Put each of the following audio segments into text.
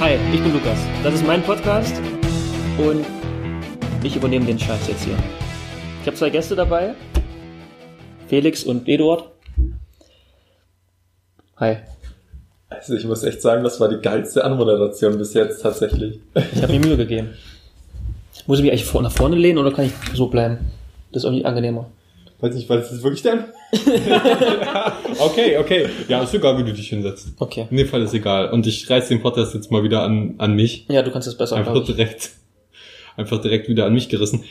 Hi, ich bin Lukas. Das ist mein Podcast und ich übernehme den Scheiß jetzt hier. Ich habe zwei Gäste dabei, Felix und Eduard. Hi. Also ich muss echt sagen, das war die geilste Anmoderation bis jetzt tatsächlich. Ich habe mir Mühe gegeben. Muss ich mich eigentlich vor, nach vorne lehnen oder kann ich so bleiben? Das ist irgendwie angenehmer. Weiß nicht, war das jetzt wirklich dein? okay, okay. Ja, ist egal, wie du dich hinsetzt. Okay. In dem Fall ist egal. Und ich reiß den Podcast jetzt mal wieder an, an mich. Ja, du kannst es besser, Einfach glaube ich. direkt, einfach direkt wieder an mich gerissen.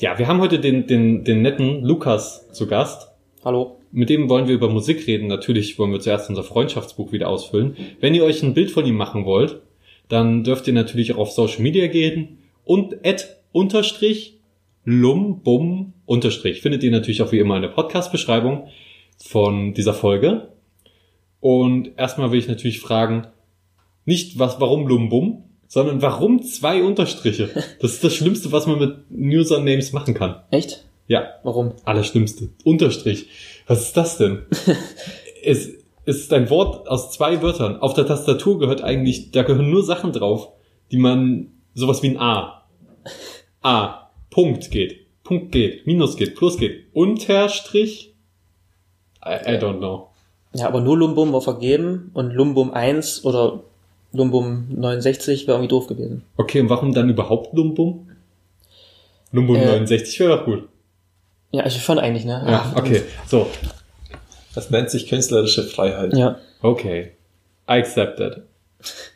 Ja, wir haben heute den, den, den netten Lukas zu Gast. Hallo. Mit dem wollen wir über Musik reden. Natürlich wollen wir zuerst unser Freundschaftsbuch wieder ausfüllen. Wenn ihr euch ein Bild von ihm machen wollt, dann dürft ihr natürlich auch auf Social Media gehen und at unterstrich lum bum unterstrich. Findet ihr natürlich auch wie immer in der Podcast-Beschreibung von dieser Folge. Und erstmal will ich natürlich fragen, nicht was, warum lum bum, sondern warum zwei Unterstriche? Das ist das Schlimmste, was man mit Usernames machen kann. Echt? Ja, Warum? Allerschlimmste. Unterstrich. Was ist das denn? es ist ein Wort aus zwei Wörtern. Auf der Tastatur gehört eigentlich, da gehören nur Sachen drauf, die man, sowas wie ein A. A. Punkt geht. Punkt geht. Minus geht. Plus geht. Unterstrich. I, I don't know. Ja, aber nur Lumbum war vergeben und Lumbum 1 oder Lumbum 69 wäre irgendwie doof gewesen. Okay, und warum dann überhaupt Lumbum? Lumbum Äh. 69 wäre doch gut. Ja, ich schon eigentlich, ne? Ah, Ja, okay. So. Das nennt sich künstlerische Freiheit. Ja. Okay. I accept it.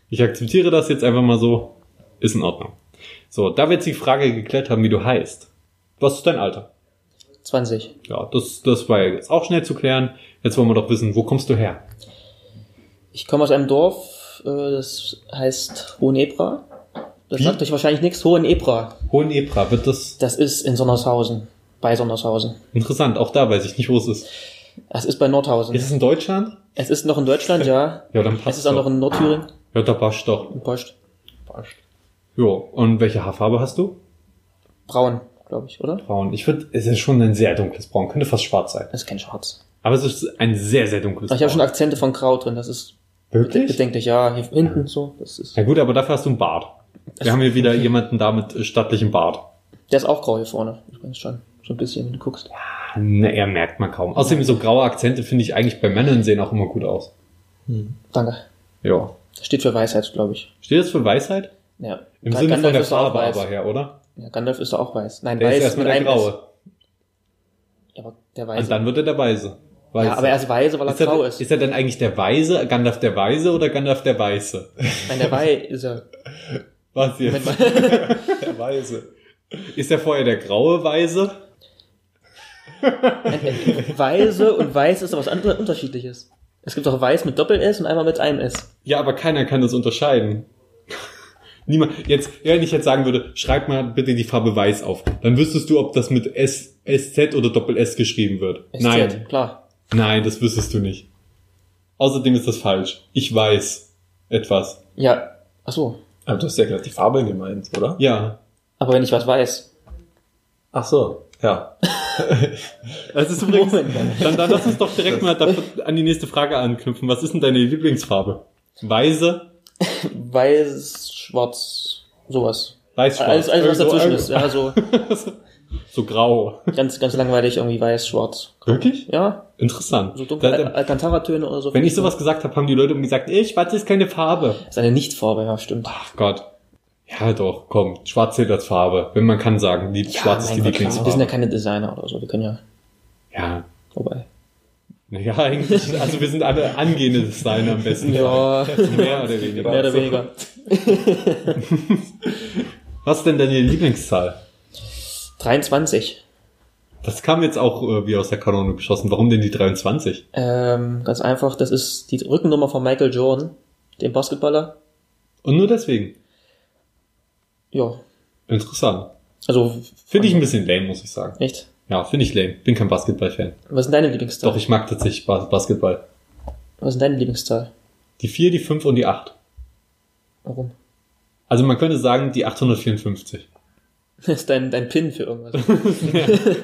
Ich akzeptiere das jetzt einfach mal so. Ist in Ordnung. So, da wir jetzt die Frage geklärt haben, wie du heißt. Was ist dein Alter? 20. Ja, das, das war ja jetzt auch schnell zu klären. Jetzt wollen wir doch wissen, wo kommst du her? Ich komme aus einem Dorf, äh, das heißt Hohenebra. Das Wie? sagt euch wahrscheinlich nichts, Hohenebra. Hohenebra, wird das Das ist in Sonnershausen, bei Sonnershausen. interessant. Auch da weiß ich nicht, wo es ist. Das ist bei Nordhausen. Ist es in Deutschland? es ist noch in Deutschland, ja. Ja, dann Es passt ist auch doch. noch in Nordthüringen, Ja, da passt doch. in Post. Jo, und welche Haarfarbe hast du? Braun, glaube ich, oder? Braun. Ich würde, es ist schon ein sehr dunkles Braun. Könnte fast schwarz sein. Das ist kein Schwarz. Aber es ist ein sehr, sehr dunkles Ich habe schon Akzente von Grau drin, das ist Wirklich? bedenklich, ja. Hier hinten so, das ist. Ja gut, aber dafür hast du einen Bart. Wir haben hier wieder jemanden da mit äh, stattlichem Bart. Der ist auch grau hier vorne, übrigens schon. So ein bisschen, wenn du guckst. Na, Ah, ne, er merkt man kaum. Außerdem so graue Akzente finde ich eigentlich bei Männern sehen auch immer gut aus. Danke. Ja. Das steht für Weisheit, glaube ich. Steht das für Weisheit? Ja. Im Ga- Sinne von der ist da auch Farbe weiß. aber her, oder? Ja, Gandalf ist da auch weiß. Nein, Der weiß ist erstmal mit der einem S. Graue. Ja, aber der Und Weiße. dann wird er der Weise. Weiße. Ja, aber er ist weise, weil er ist er, grau ist. ist. er denn eigentlich der Weise, Gandalf der Weise oder Gandalf der Weiße? Nein, der Wei ist er. Was Moment jetzt? mal. Der Weise. Ist er vorher der graue Weise? Weise und weiß ist doch was anderes unterschiedliches. Es gibt auch weiß mit Doppel-S und einmal mit einem S. Ja, aber keiner kann das unterscheiden. Niemand, jetzt, wenn ich jetzt sagen würde, schreib mal bitte die Farbe weiß auf, dann wüsstest du, ob das mit S, SZ oder Doppel S geschrieben wird. SZ, Nein. Klar. Nein, das wüsstest du nicht. Außerdem ist das falsch. Ich weiß etwas. Ja. Ach so. Aber du hast ja gerade die Farbe gemeint, oder? Ja. Aber wenn ich was weiß. Ach so, ja. Das ist übrigens- Dann, dann lass uns doch direkt mal davon- an die nächste Frage anknüpfen. Was ist denn deine Lieblingsfarbe? Weise, Weiß, schwarz, sowas. weiß, schwarz. Also, Also Alles, alles was Irgendwo- dazwischen ist. Ja, so So grau. ganz, ganz langweilig irgendwie weiß, schwarz. Wirklich? Ja, Interessant. so dunkle Da- da- Al- Alcantara-Töne oder also so. wenn ich sowas gesagt habe, haben die Leute mir gesagt, ey, schwarz ist keine Farbe. Das ist eine Nichtfarbe, ja, stimmt. Ach Gott. Ja doch, komm, schwarz zählt als Farbe. Wenn man kann sagen, die schwarz ist die Wir sind ja Lieblingsfarbe. keine Designer oder so. Wir können ja, Ja. wobei. Ja, eigentlich. Also wir sind alle angehende Designer am besten. Ja, Mehr oder weniger. mehr oder weniger. Was ist denn deine Lieblingszahl? 23. Das kam jetzt auch äh, wie aus der Kanone geschossen. Warum denn die 23? Ähm, ganz einfach, das ist die Rückennummer von Michael Jordan, dem Basketballer. Und nur deswegen. Ja, Interessant. also Finde ich ein bisschen lame, muss ich sagen. echt. Ja, finde ich lame. Bin kein Basketball-Fan. Was sind deine Lieblingszahl? Doch, ich mag tatsächlich Bas Basketball. Was sind deine Lieblingszahl? Die 4, die 5 und die 8. Warum? Also man könnte sagen, die 854. Das ist dein, dein Pin für irgendwas.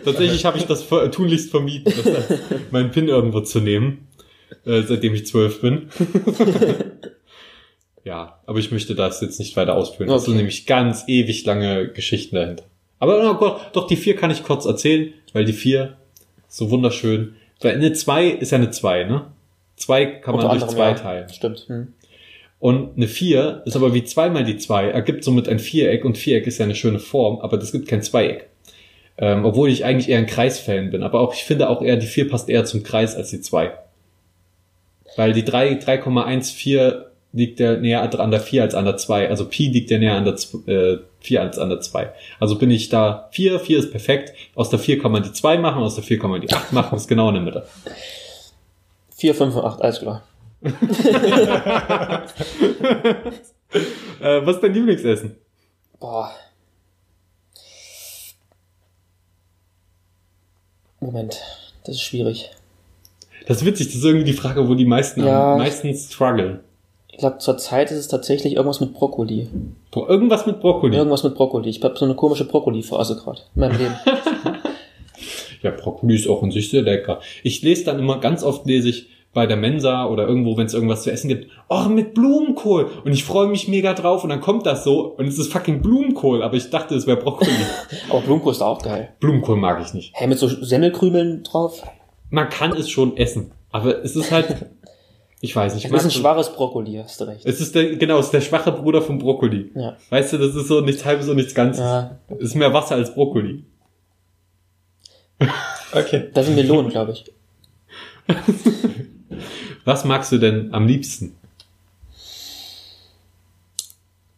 Tatsächlich habe ich das ver- tunlichst vermieden, das als meinen Pin irgendwo zu nehmen, äh, seitdem ich zwölf bin. Ja, aber ich möchte das jetzt nicht weiter ausführen. Das sind Okay. nämlich ganz ewig lange Geschichten dahinter. Aber oh Gott, doch die vier kann ich kurz erzählen, weil die vier ist so wunderschön. Weil Eine zwei ist ja eine zwei, ne? Zwei kann man Unter durch anderem, zwei ja. teilen. Stimmt. Hm. Und eine vier ist aber wie zwei mal die zwei, ergibt somit ein Viereck und Viereck ist ja eine schöne Form, aber das gibt kein Zweieck. Ähm, obwohl ich eigentlich eher ein Kreisfan bin, aber auch ich finde auch eher, die vier passt eher zum Kreis als die zwei. Weil die drei 3,14 liegt ja näher an der vier als an der zwei, also Pi liegt ja näher an der zw- äh, vier als an der zwei. Also bin ich da vier, vier ist perfekt, aus der vier kann man die zwei machen, aus der vier kann man die acht machen, ist genau in der Mitte. 4, 5 und 8, alles klar. Äh, was ist dein Lieblingsessen? Boah. Moment, das ist schwierig. Das ist witzig, das ist irgendwie die Frage, wo die meisten Ja. am meisten strugglen. Ich glaube, zurzeit ist es tatsächlich irgendwas mit Brokkoli. Bro irgendwas mit Brokkoli. Irgendwas mit Brokkoli. Ich habe so eine komische Brokkoli-Phase gerade in meinem Leben. Ja, Brokkoli ist auch in sich sehr lecker. Ich lese dann immer, ganz oft lese ich bei der Mensa oder irgendwo, wenn es irgendwas zu essen gibt, oh, mit Blumenkohl. Und ich freue mich mega drauf und dann kommt das so und es ist fucking Blumenkohl, aber ich dachte, es wäre Brokkoli. Aber Blumenkohl ist da auch geil. Blumenkohl mag ich nicht. Hä, mit so Semmelkrümeln drauf? Man kann es schon essen, aber es ist halt, ich weiß nicht. Das mag ist ein so- schwaches Brokkoli, hast du recht. es ist der, genau, es ist der schwache Bruder vom Brokkoli. Ja. Weißt du, das ist so nichts halbes und nichts ganzes. Ja. Es ist mehr Wasser als Brokkoli. Okay. Das sind Melonen, glaube ich. Was magst du denn am liebsten?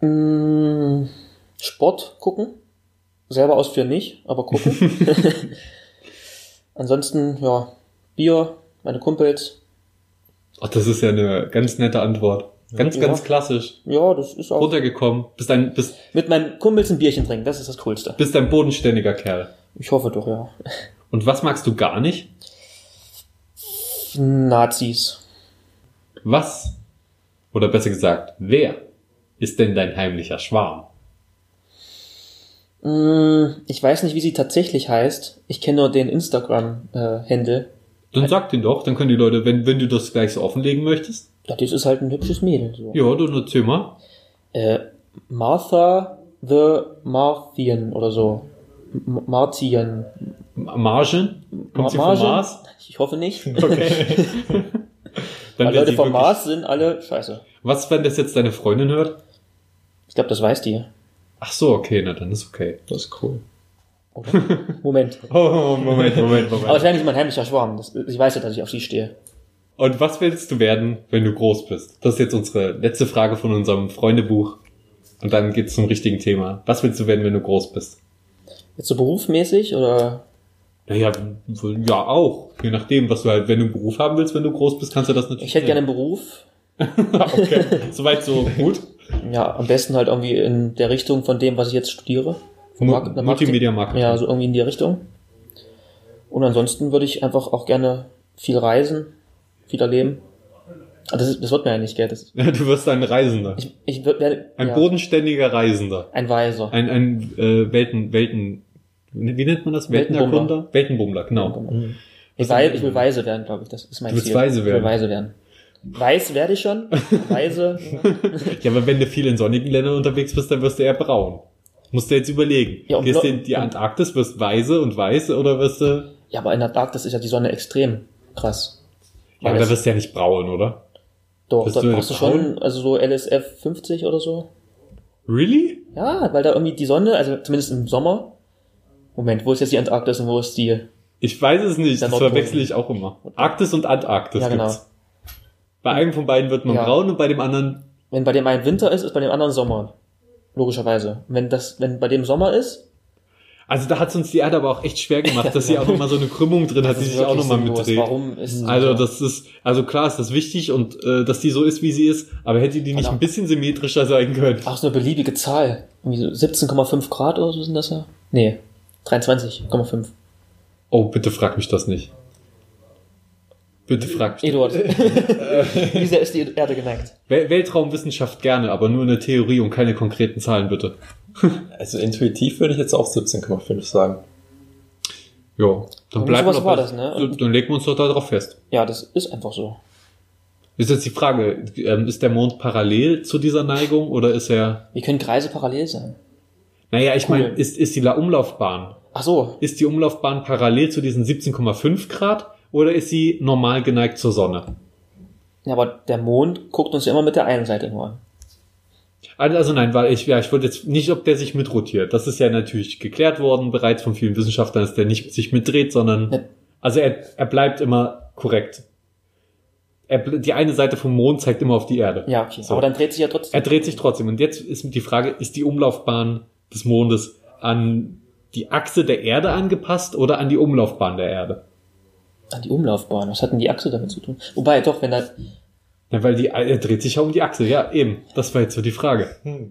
Mm, Sport gucken. Selber ausführen nicht, aber gucken. Ansonsten, ja, Bier, meine Kumpels. Ach, Oh, das ist ja eine ganz nette Antwort. Ganz, Ja. ganz klassisch. Ja, das ist auch. Runtergekommen. Bist ein, bist, Mit meinen Kumpels ein Bierchen trinken, das ist das Coolste. bist ein bodenständiger Kerl. Ich hoffe doch, ja. Und was magst du gar nicht? Nazis. Was? Oder besser gesagt, wer ist denn dein heimlicher Schwarm? Mm, Ich weiß nicht, wie sie tatsächlich heißt. Ich kenne nur den Instagram-Handle. Dann sag den doch, dann können die Leute, wenn, wenn du das gleich so offenlegen möchtest. Ja, das ist halt ein hübsches Mädel. So. Ja, dann erzähl mal. Äh, Martha the Martian oder so. M Martian. M- Margin? Kommt sie vom Margin? Mars? Ich hoffe nicht. Okay. dann Weil wäre Leute sie vom wirklich, Mars sind alle scheiße. Was, wenn das jetzt deine Freundin hört? Ich glaube, das weiß die. Ach so, okay, na dann ist okay. Das ist cool. Oder? Moment. Oh, Moment, Moment, Moment. Aber es wäre nicht mein heimlicher Schwarm. Das, ich weiß ja, dass ich auf sie stehe. Und was willst du werden, wenn du groß bist? Das ist jetzt unsere letzte Frage von unserem Freundebuch. Und dann geht's zum richtigen Thema. Was willst du werden, wenn du groß bist? Jetzt so berufmäßig oder? Naja, w- ja auch. Je nachdem, was du halt, wenn du einen Beruf haben willst, wenn du groß bist, kannst du das natürlich. Ich hätte gerne einen Beruf. okay. Soweit so gut. Ja, am besten halt irgendwie in der Richtung von dem, was ich jetzt studiere. Vom Mu- Mark- Multimedia Marketing. Ja, so irgendwie in die Richtung. Und ansonsten würde ich einfach auch gerne viel reisen, viel erleben. Aber Das, ist, das wird mir ja nicht, gell? Das, Du wirst ein Reisender. ich, ich würd, werde, Ein ja, bodenständiger Reisender. Ein Weiser. Ein, ein äh, Welten, Welten. Wie nennt man das? Weltenbummler. Weltenerkunder? Weltenbummler, genau. ich, wei ich will weise werden, glaube ich. Das ist mein Du willst Ziel. weise Ich will werden. weise werden. Weiß werde ich schon. Weise. Ja, aber wenn du viel in sonnigen Ländern unterwegs bist, dann wirst du eher braun. Musst du jetzt überlegen. Ja, und Gehst blau- du in die Antarktis, wirst weiße und weiß oder wirst du. ja, aber in der Arktis ist ja die Sonne extrem krass. Ja, aber da wirst du ja nicht braun, oder? Doch, bist da du brauchst du schon, also so LSF 50 oder so. Really? Ja, weil da irgendwie die Sonne, also zumindest im Sommer. Moment, wo ist jetzt die Antarktis und wo ist die? Ich weiß es nicht, Der das Nordpol. verwechsel ich auch immer. Arktis und Antarktis Ja, genau. gibt's. Bei einem von beiden wird man Ja. braun und bei dem anderen. Wenn bei dem einen Winter ist, ist bei dem anderen Sommer. Logischerweise. Und Wenn das, wenn bei dem Sommer ist, Also da hat's uns die Erde aber auch echt schwer gemacht, dass sie auch nochmal so eine Krümmung drin genau. hat, das die ist sich auch wirklich nochmal sinnlos. mitdreht. Warum ist Also das ist, also klar ist das wichtig und äh, dass die so ist, wie sie ist, aber hätte die nicht Genau. ein bisschen symmetrischer sein können? Ach, so eine beliebige Zahl. Irgendwie so 17,5 Grad oder so sind das ja? Nee, 23,5. Oh, bitte frag mich das nicht. Bitte frag mich. Eduard. Wie sehr ist die Erde geneigt? Wel- Weltraumwissenschaft gerne, aber nur in der Theorie und keine konkreten Zahlen, bitte. Also intuitiv würde ich jetzt auch 17,5 sagen. Ja, dann Und bleiben sowas wir war bei- das, ne? Und- Dann legen wir uns doch darauf fest. Ja, das ist einfach so. Ist jetzt die Frage, ähm, ist der Mond parallel zu dieser Neigung oder ist er. Wie können Kreise parallel sein? Naja, ich Cool. meine, ist, ist die La- Umlaufbahn, Ach so. ist die Umlaufbahn parallel zu diesen 17,5 Grad oder ist sie normal geneigt zur Sonne? Ja, aber der Mond guckt uns ja immer mit der einen Seite nur an. Also nein, weil ich, ja, ich wollte jetzt nicht, ob der sich mitrotiert. Das ist ja natürlich geklärt worden bereits von vielen Wissenschaftlern, dass der nicht sich mitdreht, sondern, Ja. also er, er bleibt immer korrekt. Er, bl- die eine Seite vom Mond zeigt immer auf die Erde. Ja, okay. So. Aber dann dreht sich ja Er trotzdem. dreht sich trotzdem. Und jetzt ist die Frage, ist die Umlaufbahn des Mondes an die Achse der Erde angepasst oder an die Umlaufbahn der Erde? An Ah, die Umlaufbahn. Was hat denn die Achse damit zu tun? Wobei, doch, wenn da. Na, weil die, er dreht sich ja um die Achse. Ja, eben. Das war jetzt so die Frage.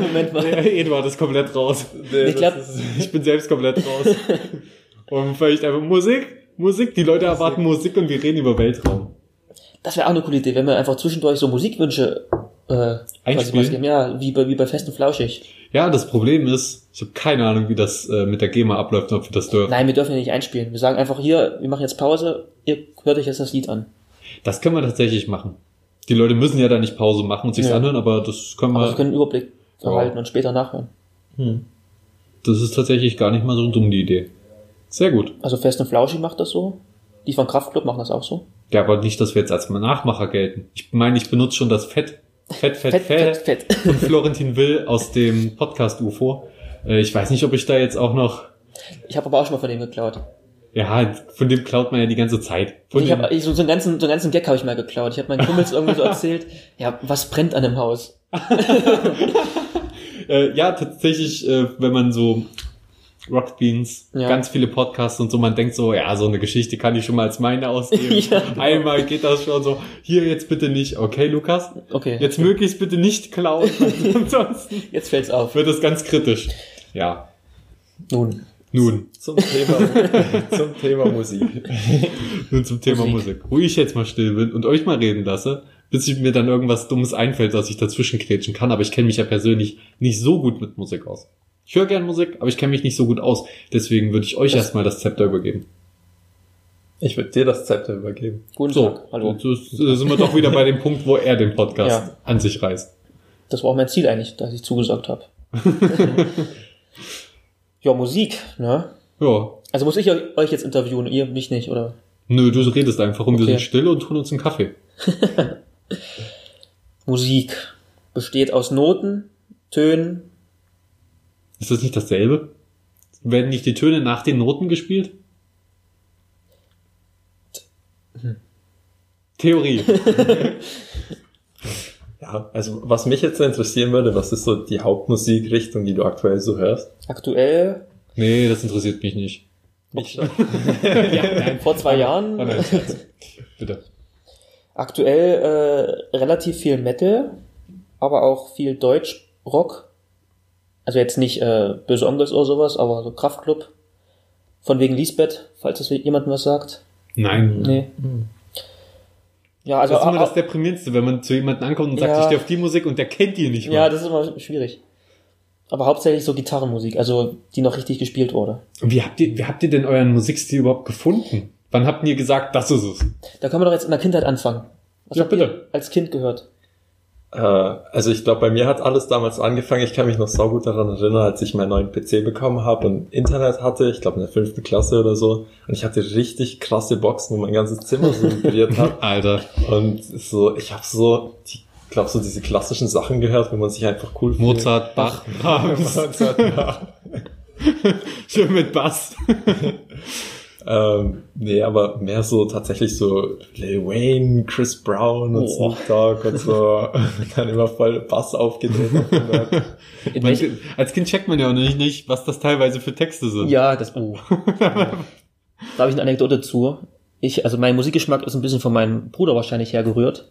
Moment mal. Hm. Eduard ist komplett raus. Ich glaub- Ich bin selbst komplett raus. Und vielleicht einfach Musik, Musik. Die Leute erwarten Musik und wir reden über Weltraum. Das wäre auch eine coole Idee, wenn wir einfach zwischendurch so Musikwünsche äh, quasi Einspielen? rausgeben. Ja, wie bei, wie bei Fest und Flauschig. Ja, das Problem ist, ich habe keine Ahnung, wie das äh, mit der GEMA abläuft und ob wir das dürfen. Nein, wir dürfen ja nicht einspielen. Wir sagen einfach hier, wir machen jetzt Pause, ihr hört euch jetzt das Lied an. Das können wir tatsächlich machen. Die Leute müssen ja da nicht Pause machen und sich's Ja. anhören, aber das können Aber wir. wir können einen Überblick Ja. erhalten und später nachhören. hm. Das ist tatsächlich gar nicht mal so dumm die Idee. Sehr gut. Also Fest und Flauschig macht das so. Die von Kraftclub machen das auch so. Ja, aber nicht, dass wir jetzt als Nachmacher gelten. Ich meine, ich benutze schon das Fett, Fett, Fett, Fett, fett. von Florentin Will aus dem Podcast UFO. Äh, Ich weiß nicht, ob ich da jetzt auch noch. Ich habe aber auch schon mal von dem geklaut. Also Ja, von dem klaut man ja die ganze Zeit. Von ich dem- hab, ich, so, so, einen ganzen, so einen ganzen Gag habe ich mal geklaut. Ich habe meinen Kumpels irgendwie so erzählt, ja, was brennt an dem Haus? äh, ja, tatsächlich, äh, wenn man so Rockbeans, Ja. ganz viele Podcasts und so, man denkt so, ja, so eine Geschichte kann ich schon mal als meine ausgeben. Ja, genau. Einmal geht das schon so, hier jetzt bitte nicht, okay, Lukas, Okay, jetzt, jetzt möglichst bitte nicht klauen, ansonsten jetzt fällt's auf. wird das ganz kritisch. Ja, Nun, nun, Zum Thema, zum Thema Musik. nun zum Thema Musik. Musik. Wo ich jetzt mal still bin und euch mal reden lasse, bis ich mir dann irgendwas Dummes einfällt, dass ich dazwischen grätschen kann, aber ich kenne mich ja persönlich nicht so gut mit Musik aus. Ich höre gern Musik, aber ich kenne mich nicht so gut aus. Deswegen würde ich euch Das- erstmal das Zepter übergeben. Ich würde dir das Zepter übergeben. guten So, Tag. Hallo. so sind wir doch wieder bei dem Punkt, wo er den Podcast Ja. an sich reißt. Das war auch mein Ziel eigentlich, dass ich zugesagt habe. ja, Musik, ne? Ja. Also muss ich eu- euch jetzt interviewen, ihr mich nicht, oder? Nö, du redest einfach und wir Okay. sind still und tun uns einen Kaffee. Musik besteht aus Noten, Tönen. Ist das nicht dasselbe? Werden nicht die Töne nach den Noten gespielt? Theorie. Ja, also was mich jetzt interessieren würde, was ist so die Hauptmusikrichtung, die du aktuell so hörst? Aktuell, Nee, das interessiert mich nicht. Mich vor zwei Ah, Jahren, nein, Scherz. Bitte. aktuell äh, relativ viel Metal, aber auch viel Deutsch-Rock. Also jetzt nicht äh, Böse Onkels oder sowas, aber so Kraftclub. Von wegen Lisbeth, falls das jemandem was sagt. Nein. Nee. Ja, also Das ist immer au- das Deprimierendste, wenn man zu jemandem ankommt und sagt, Ja. ich stehe auf die Musik und der kennt die nicht mal. Ja, das ist immer schwierig. Aber hauptsächlich so Gitarrenmusik, also die noch richtig gespielt wurde. Und wie habt ihr, wie habt ihr denn euren Musikstil überhaupt gefunden? Wann habt ihr gesagt, das ist es? Da können wir doch jetzt in der Kindheit anfangen. Ja, habt ihr bitte. Als Kind gehört. Äh, also ich glaube, bei mir hat alles damals angefangen. Ich kann mich noch saugut daran erinnern, als ich meinen neuen PC bekommen habe und Internet hatte, ich glaube in der fünften Klasse oder so. Und ich hatte richtig krasse Boxen, wo mein ganzes Zimmer so vibriert hat. Alter, Und so, ich habe so, ich glaube so diese klassischen Sachen gehört, wenn man sich einfach cool fühlt. Mozart, Bach, Brahms, Mozart, ja. schön mit Bass. ähm, nee, aber mehr so tatsächlich so Lil Wayne, Chris Brown und Boah. Snoop Dogg und so. Und dann immer voll Bass aufgedreht. auf dem Berg. In Man, welchem- als Kind checkt man ja auch nicht, nicht, was das teilweise für Texte sind. Ja, das oh. da habe ich eine Anekdote zu. Ich, also mein Musikgeschmack ist ein bisschen von meinem Bruder wahrscheinlich hergerührt.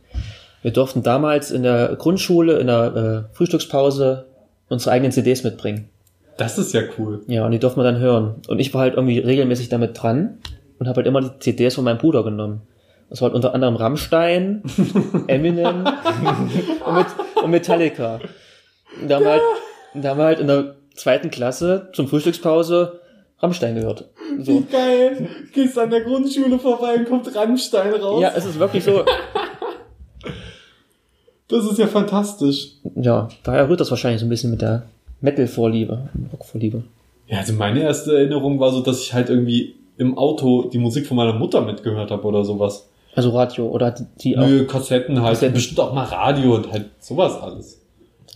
Wir durften damals in der Grundschule, in der äh, Frühstückspause unsere eigenen CDs mitbringen. Das ist ja cool. Ja, und die durften wir dann hören. Und ich war halt irgendwie regelmäßig damit dran und habe halt immer die CDs von meinem Bruder genommen. Das war halt unter anderem Rammstein, Eminem und, mit, und Metallica. Und da haben, wir halt, da haben wir halt in der zweiten Klasse zum Frühstückspause Rammstein gehört. So. Geil. Gehst an der Grundschule vorbei und kommt Rammstein raus. Ja, also- es ist wirklich so. Das ist ja fantastisch. Ja, daher rührt das wahrscheinlich so ein bisschen mit der Metal-Vorliebe, Rock-Vorliebe. Ja, also meine erste Erinnerung war so, dass ich halt irgendwie im Auto die Musik von meiner Mutter mitgehört habe oder sowas. Also Radio oder die, die auch. Nö, Kassetten halt, Kassetten. bestimmt auch mal Radio und halt sowas alles.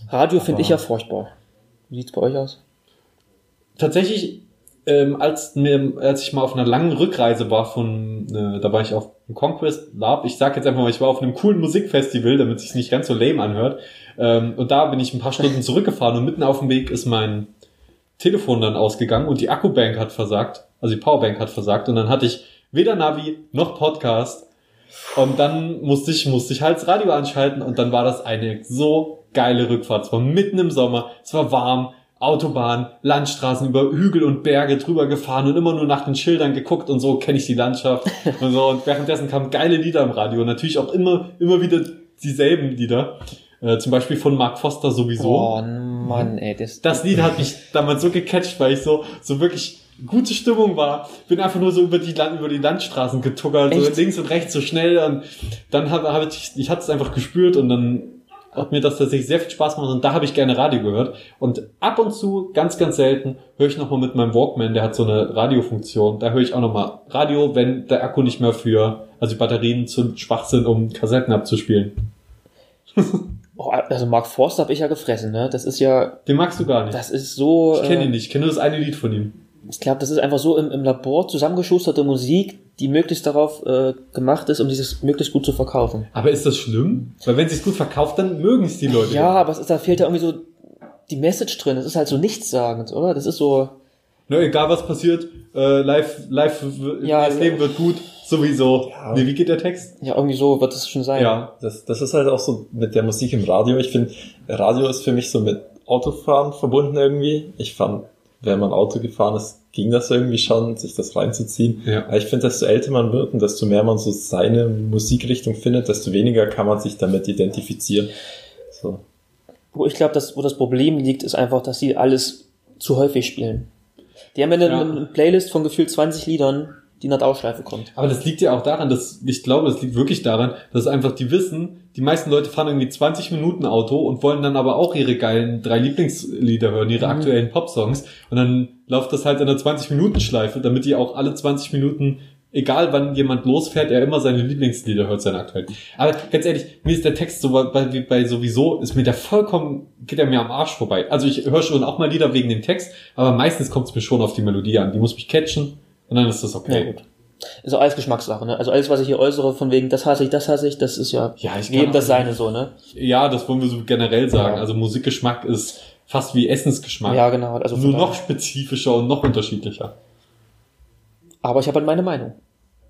Radio finde ich ja Aber- furchtbar. Wie sieht's bei euch aus? Tatsächlich, ähm, als, mir, als ich mal auf einer langen Rückreise war von, äh, da war ich auf dem Conquest Lab, ich sag jetzt einfach mal, ich war auf einem coolen Musikfestival, damit sich's nicht ganz so lame anhört. Ähm, und da bin ich ein paar Stunden zurückgefahren und mitten auf dem Weg ist mein Telefon dann ausgegangen und die Akkubank hat versagt, also die Powerbank hat versagt und dann hatte ich weder Navi noch Podcast und dann musste ich, musste ich halt das Radio anschalten und dann war das eine so geile Rückfahrt. Es war mitten im Sommer, es war warm, Autobahn, Landstraßen über Hügel und Berge drüber gefahren und immer nur nach den Schildern geguckt und so kenne ich die Landschaft und so und währenddessen kamen geile Lieder im Radio und natürlich auch immer, immer wieder dieselben Lieder. Äh, zum Beispiel von Mark Foster sowieso Oh Mann, ey, das, das Lied hat mich damals so gecatcht, weil ich so, so wirklich gute Stimmung war. Bin einfach nur so über die, Land, über die Landstraßen getuckert, so Echt? links und rechts so schnell. Und dann habe hab ich, ich hatte es einfach gespürt und dann hat mir das tatsächlich sehr viel Spaß gemacht und da habe ich gerne Radio gehört. Und ab und zu, ganz, ganz selten, höre ich nochmal mit meinem Walkman, der hat so eine Radiofunktion, da höre ich auch nochmal Radio, wenn der Akku nicht mehr für, also die Batterien zu schwach sind, um Kassetten abzuspielen. oh, also Mark Forster habe ich ja gefressen, ne? Das ist ja, Den magst du gar nicht. das ist so. ich kenne äh, ihn nicht, ich kenne nur das eine Lied von ihm. Ich glaube, das ist einfach so im, im Labor zusammengeschusterte Musik, die möglichst darauf äh, gemacht ist, um dieses möglichst gut zu verkaufen. Aber ist das schlimm? Weil wenn sie es gut verkauft, dann mögen es die Leute. Ja, aber es ist, da fehlt ja irgendwie so die Message drin. Das ist halt so nichtssagend, oder? Das ist so. Ne, egal was passiert, äh, live, live, w- Ja, das Leben wird gut, sowieso. Ja. Nee, wie geht der Text? Ja, irgendwie so wird es schon sein. Ja. Das, das ist halt auch so mit der Musik im Radio. Ich finde, Radio ist für mich so mit Autofahren verbunden irgendwie. Ich fand, wenn man Auto gefahren ist, ging das irgendwie schon, sich das reinzuziehen. Ja. Aber ich finde, desto älter man wird und desto mehr man so seine Musikrichtung findet, desto weniger kann man sich damit identifizieren. So. Wo ich glaube, dass- wo das Problem liegt, ist einfach, dass sie alles zu häufig spielen. Die haben ja eine, Ja. eine Playlist von gefühlt 20 Liedern, die nach der Ausschleife kommt. Aber das liegt ja auch daran, dass, ich glaube, das liegt wirklich daran, dass einfach die wissen, die meisten Leute fahren irgendwie 20 Minuten Auto und wollen dann aber auch ihre geilen drei Lieblingslieder hören, ihre Mhm. aktuellen Popsongs. Und dann läuft das halt in einer 20-Minuten-Schleife, damit die auch alle 20 Minuten, egal wann jemand losfährt, er immer seine Lieblingslieder hört, seine aktuellen. Aber ganz ehrlich, mir ist der Text so bei, wie bei sowieso, ist mir der vollkommen, geht er mir am Arsch vorbei. Also ich höre schon auch mal Lieder wegen dem Text, aber meistens kommt es mir schon auf die Melodie an. Die muss mich catchen und dann ist das Na okay. gut. Ist auch alles Geschmackssache, ne? Also alles, was ich hier äußere, von wegen, das hasse ich, das hasse ich, das ist ja, Ja, ich kann jedem das auch- seine so, ne? Ja, das wollen wir so generell sagen. Ja. Also Musikgeschmack ist fast wie Essensgeschmack. Ja, genau. Also von Nur noch daher. spezifischer und noch unterschiedlicher. Aber ich habe halt meine Meinung.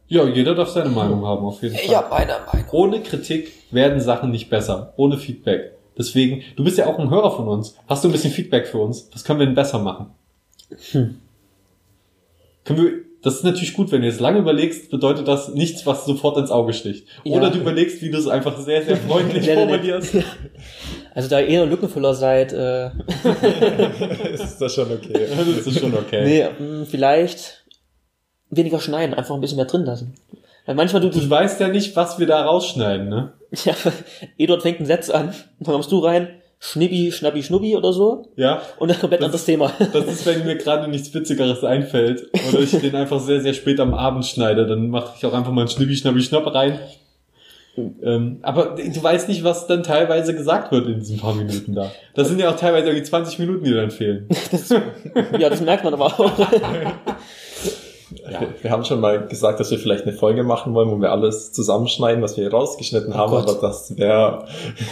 Ja, jeder darf seine Meinung haben, auf jeden Fall. meine Meinung. Ohne Kritik werden Sachen nicht besser. Ohne Feedback. Deswegen, du bist ja auch ein Hörer von uns. Hast du ein bisschen Feedback für uns? Was können wir denn besser machen? Hm. Können wir, das ist natürlich gut, wenn du jetzt lange überlegst, bedeutet das nichts, was sofort ins Auge sticht. Ja. Oder du überlegst, wie du es einfach sehr, sehr freundlich Nee, nee, nee. formulierst. Also da ihr eher Lückenfüller seid, äh, ist das schon okay. Das ist schon okay. nee, mh, vielleicht weniger schneiden, einfach ein bisschen mehr drin lassen. Weil manchmal du, Du du weißt ja nicht, was wir da rausschneiden, ne? ja, Eduard fängt einen Satz an, dann kommst du rein, Schnibbi, Schnappi, Schnubbi oder so Ja, und dann komplett Das- anderes Thema. das ist, wenn mir gerade nichts Witzigeres einfällt oder ich den einfach sehr, sehr spät am Abend schneide, dann mache ich auch einfach mal einen Schnippi, Schnappi, Schnapp rein. Ähm, aber du weißt nicht, was dann teilweise gesagt wird in diesen paar Minuten da. Das sind ja auch teilweise irgendwie 20 Minuten, die dann fehlen. ja, das merkt man aber auch. Wir, wir haben schon mal gesagt, dass wir vielleicht eine Folge machen wollen, wo wir alles zusammenschneiden, was wir rausgeschnitten haben, Gott. aber das wäre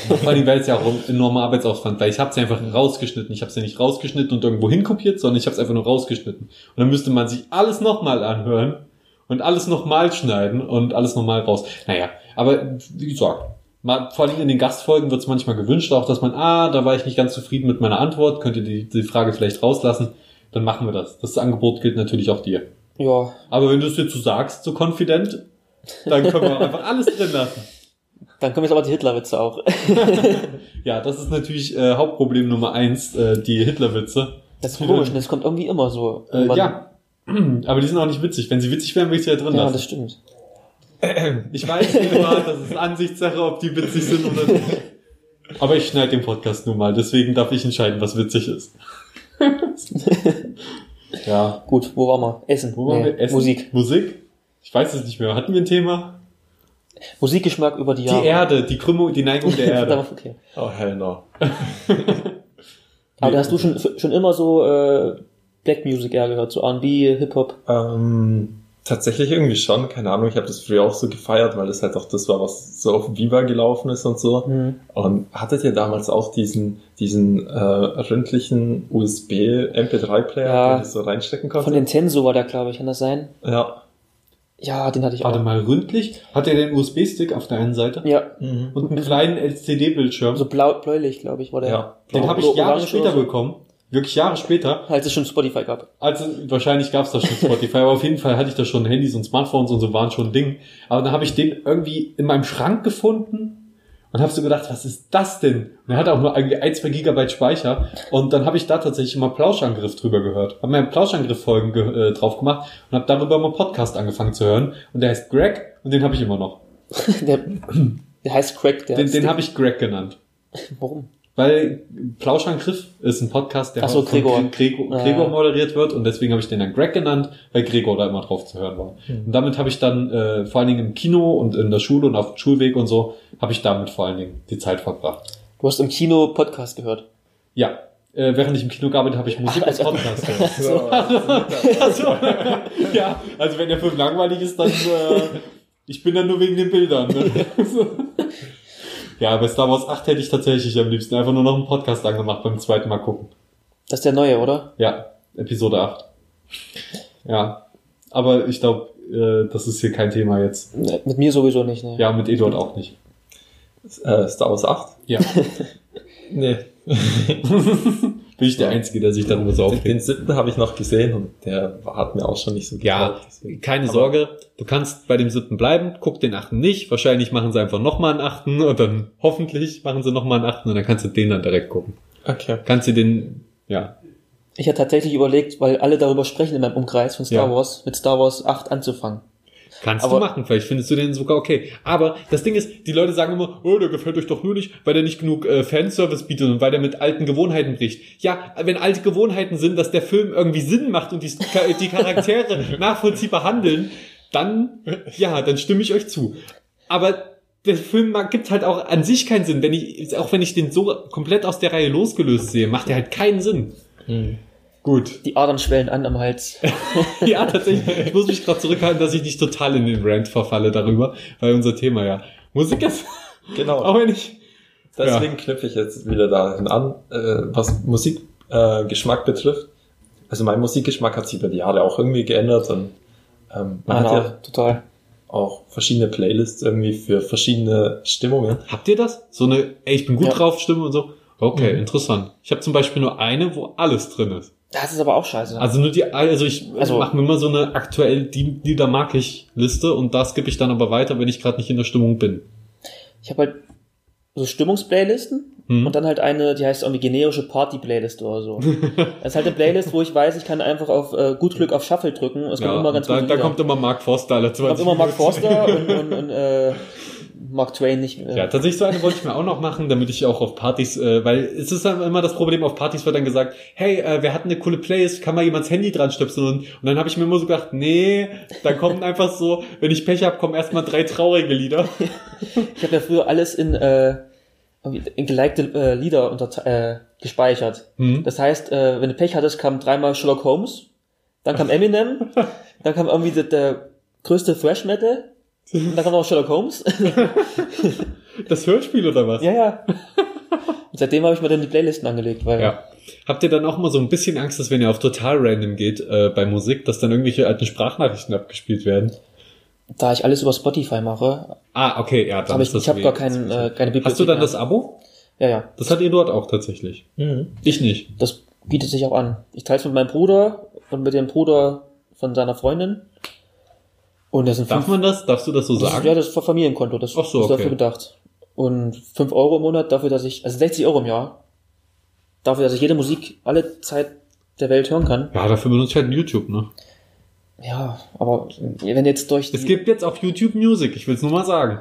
Vor allem, weil es ja auch ein enormer Arbeitsaufwand war. Ich habe es ja einfach rausgeschnitten. Ich habe es ja nicht rausgeschnitten und irgendwo hinkopiert, sondern ich habe es einfach nur rausgeschnitten. Und dann müsste man sich alles nochmal anhören und alles nochmal schneiden und alles nochmal raus. Naja, aber wie gesagt, mal, vor allem in den Gastfolgen wird es manchmal gewünscht, auch dass man, ah, da war ich nicht ganz zufrieden mit meiner Antwort, könnt ihr die, die Frage vielleicht rauslassen, dann machen wir das. Das Angebot gilt natürlich auch dir. ja, Aber wenn du es dir zu sagst, so confident, dann können wir auch einfach alles drin lassen. dann kommen jetzt aber die Hitlerwitze auch. Ja, das ist natürlich äh, Hauptproblem Nummer eins, äh, die Hitlerwitze. Das ist komisch, ne? das kommt irgendwie immer so. Äh, Irgendwann- ja, Aber die sind auch nicht witzig. Wenn sie witzig wären, würde ich sie ja drin Ja, das lassen. stimmt. Ich weiß nicht mal, das ist Ansichtssache, ob die witzig sind oder nicht. Aber ich schneide den Podcast nun mal, deswegen darf ich entscheiden, was witzig ist. ja. Gut, wo waren wir? Essen. Wo waren Nee, wir? Essen? Musik. Musik? Ich weiß es nicht mehr. Hatten wir ein Thema? Musikgeschmack über die Jahre. Die Erde, die Krümmung, die Neigung der Erde. Verdammt, okay. Oh, hell no. Aber da hast du schon, schon immer so äh, Black Music eher gehört, so R&B, Hip-Hop. Ähm, tatsächlich irgendwie schon, keine Ahnung. Ich habe das früher auch so gefeiert, weil das halt auch das war, was so auf Viva gelaufen ist und so. Mhm. Hm. Und hattet ihr damals auch diesen, diesen äh, ründlichen USB-MP3-Player, Ja. den du so reinstecken Von konntest? Nintendo war der, glaube ich, kann das sein? Ja. Ja, den hatte ich auch. Warte mal, ründlich? Hat er den USB-Stick auf der einen Seite? Ja, Mhm. Und einen kleinen LCD-Bildschirm? so blau, bläulich, glaube ich, war der. Ja. Den habe ich Oder Jahre orange später oder so. bekommen. Wirklich Jahre später. Als es schon Spotify gab. Also wahrscheinlich gab's da schon Spotify, aber auf jeden Fall hatte ich da schon Handys und Smartphones und so waren schon ein Ding. Aber dann habe ich den irgendwie in meinem Schrank gefunden und habe so gedacht, was ist das denn? Und er hat auch nur irgendwie ein, zwei Gigabyte Speicher. Und dann habe ich da tatsächlich immer Plauschangriff drüber gehört. Habe mir Plauschangriff-Folgen ge äh, drauf gemacht und habe darüber mal Podcast angefangen zu hören. Und der heißt Greg und den habe ich immer noch. der, der heißt Crack, der Den, den habe ich Greg genannt. Warum? Weil Plauschangriff ist ein Podcast, der Ach so, von Gre- Gregor. Gregor, Ah. Gregor moderiert wird und deswegen habe ich den dann Greg genannt, weil Gregor da immer drauf zu hören war. Hm. Und damit habe ich dann äh, vor allen Dingen im Kino und in der Schule und auf dem Schulweg und so, habe ich damit vor allen Dingen die Zeit verbracht. Du hast im Kino Podcast gehört. Ja, äh, während ich im Kino gearbeitet habe ich Musik Ach, als also- Podcast gehört. So. Also, ja, also wenn der Film langweilig ist, dann äh, ich bin dann nur wegen den Bildern. Ne? ja, bei Star Wars 8 hätte ich tatsächlich am liebsten einfach nur noch einen Podcast angemacht beim zweiten Mal gucken. Das ist der neue, oder? Ja, Episode 8. Ja, aber ich glaube, äh, das ist hier kein Thema jetzt. Ne, Mit mir sowieso nicht, ne? Ja, mit Eduard auch nicht. Äh, Star Wars 8? Ja, Nee. bin ich der Einzige, der sich darüber so Den, aufregt. den siebten habe ich noch gesehen und der war- hat mir auch schon nicht so Ja, deswegen. keine Aber- Sorge, du kannst bei dem siebten bleiben, guck den achten nicht, wahrscheinlich machen sie einfach nochmal einen achten und dann hoffentlich machen sie nochmal einen achten und dann kannst du den dann direkt gucken. Okay. Kannst du den, ja, Ich hatte tatsächlich überlegt, weil alle darüber sprechen in meinem Umkreis von Star Ja. Wars, mit Star Wars 8 anzufangen. kannst du Aber- machen, vielleicht findest du den sogar okay. Aber das Ding ist, die Leute sagen immer, oh, der gefällt euch doch nur nicht, weil der nicht genug äh, Fanservice bietet und weil der mit alten Gewohnheiten bricht. Ja, wenn alte Gewohnheiten sind, dass der Film irgendwie Sinn macht und die, die Charaktere nachvollziehbar handeln, dann, ja, dann stimme ich euch zu. Aber der Film mag- gibt halt auch an sich keinen Sinn. Wenn ich, auch wenn ich den so komplett aus der Reihe losgelöst sehe, macht der halt keinen Sinn. Gut. Die Adern schwellen an am Hals. Ja, tatsächlich. Ich muss mich gerade zurückhalten, dass ich nicht total in den Rant verfalle darüber, weil unser Thema ja Musik ist. Genau. Auch wenn ich. Deswegen knüpfe ich jetzt wieder dahin an, äh, was Musikgeschmack äh, Geschmack betrifft. Also mein Musikgeschmack hat sich über die Jahre auch irgendwie geändert und ähm, man Meiner hat auch, ja total. auch verschiedene Playlists irgendwie für verschiedene Stimmungen. Habt ihr das? So eine, ey, ich bin gut Ja. Mhm. drauf, Stimme und so. Okay, interessant. Ich habe zum Beispiel nur eine, wo alles drin ist. Das ist aber auch scheiße. Also nur die, also ich also, Also- mache mir immer so eine aktuell die Lieder mag ich Liste und da skippe ich dann aber weiter, wenn ich gerade nicht in der Stimmung bin. ich habe halt so Stimmungsplaylisten Hm? und dann halt eine, die heißt irgendwie generische Party-Playlist oder so. das ist halt eine Playlist, wo ich weiß, ich kann einfach auf äh, gut Glück auf Shuffle drücken. und Es kommt ja, immer ganz da, gute da Lieder. kommt immer Mark Forster alle 20 kommt immer Mark Minuten. Forster und, und, und äh, Mark Twain nicht. Äh, Ja, tatsächlich so eine wollte ich mir auch noch machen, damit ich auch auf Partys, äh, weil es ist dann immer das Problem, auf Partys wird dann gesagt, hey, äh, wir hatten eine coole Playlist, kann mal jemands Handy dran stöpseln und, und dann habe ich mir immer so gedacht, nee, da kommen einfach so, wenn ich Pech hab, kommen erstmal drei traurige Lieder. Ich habe ja früher alles in, äh, irgendwie in gelikte äh, Lieder unter, äh, gespeichert. Hm. Das heißt, äh, wenn du Pech hattest, kam dreimal Sherlock Holmes, dann kam Eminem, dann kam irgendwie der, der größte Thrash Metal, und dann kam noch Sherlock Holmes. Das Hörspiel oder was? ja, ja. Und seitdem habe ich mir dann die Playlisten angelegt, weil Ja. Habt ihr dann auch mal so ein bisschen Angst, dass wenn ihr auf total random geht äh, bei Musik, dass dann irgendwelche alten Sprachnachrichten abgespielt werden? da ich alles über Spotify mache, Ah, okay, ja, dann habe ist ich, das ich habe weh. gar kein, äh, keine Bibliothek. Hast du dann mehr. das Abo? Ja, ja. Das Mhm. hat ihr dort auch tatsächlich. Ich nicht. Das bietet sich auch an. Ich teile es mit meinem Bruder und mit dem Bruder von seiner Freundin. Und das sind Darf man das? Darfst du das so Das ist, sagen? ja, das ist Familienkonto, das Ach so, ist okay. dafür gedacht. Und 5 Euro im Monat dafür, dass ich, also 60 Euro im Jahr, dafür, dass ich jede Musik alle Zeit der Welt hören kann. Ja, dafür benutze ich halt YouTube, ne? Ja, aber wenn jetzt durch Es gibt jetzt auch YouTube Music, ich will es nur mal sagen.